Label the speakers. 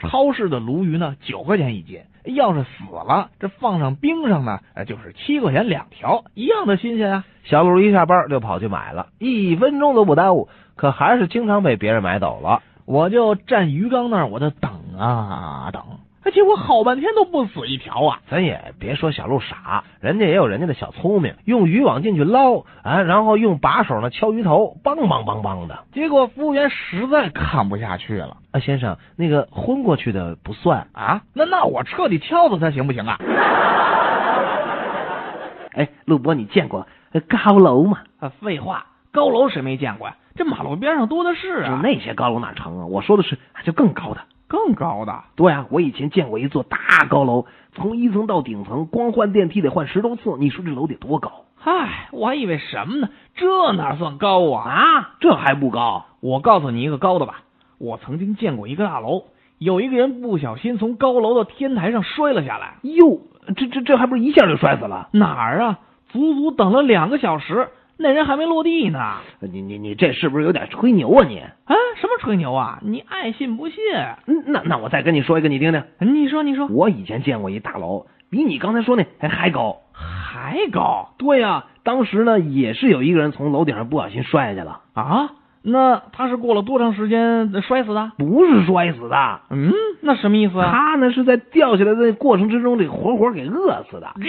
Speaker 1: 超市的鲈鱼呢九块钱一斤，要是死了，这放上冰上呢，呃就是七块钱两条，一样的新鲜啊。
Speaker 2: 小鹿一下班就跑去买了，一分钟都不耽误，可还是经常被别人买走了。
Speaker 1: 我就站鱼缸那儿，我就等啊等，哎结果好半天都不死一条啊。
Speaker 2: 咱也别说小鹿傻，人家也有人家的小聪明，用渔网进去捞啊，然后用把手呢敲鱼头，梆梆梆梆的。
Speaker 1: 结果服务员实在看不下去了
Speaker 2: 啊，先生，那个昏过去的不算。
Speaker 1: 啊，那那我彻底敲死他行不行啊？
Speaker 3: 哎，陆波，你见过呃高楼吗？
Speaker 4: 啊，废话，高楼谁没见过呀？这马路边上多的是
Speaker 3: 就
Speaker 4: 啊，
Speaker 3: 那些高楼哪成啊？我说的是就更高的。
Speaker 4: 更高的。
Speaker 3: 对啊，我以前见过一座大高楼，从一层到顶层，光换电梯得换十多次。你说这楼得多高
Speaker 4: 嗨，我还以为什么呢？这哪算高啊？
Speaker 3: 啊？这还不高？
Speaker 4: 我告诉你一个高的吧，我曾经见过一个大楼，有一个人不小心从高楼的天台上摔了下来，
Speaker 3: 哟，这这这还不是一下就摔死了？
Speaker 4: 哪儿啊？足足等了两个小时，那人还没落地呢。
Speaker 3: 你你你这是不是有点吹牛啊你？
Speaker 4: 啊，什么吹牛啊？你爱信不信？
Speaker 3: 嗯那那我再跟你说一个，你听听。
Speaker 4: 你说，你说，
Speaker 3: 我以前见过一大楼，比你刚才说那还还高。哦
Speaker 4: 还高
Speaker 3: 对呀、当时呢也是有一个人从楼顶上不小心摔下去了，
Speaker 4: 啊？那他是过了多长时间呃摔死的？
Speaker 3: 不是摔死的，
Speaker 4: 嗯，那什么意思啊？
Speaker 3: 他呢是在掉下来的过程之中，得活活给饿死的。
Speaker 4: 你。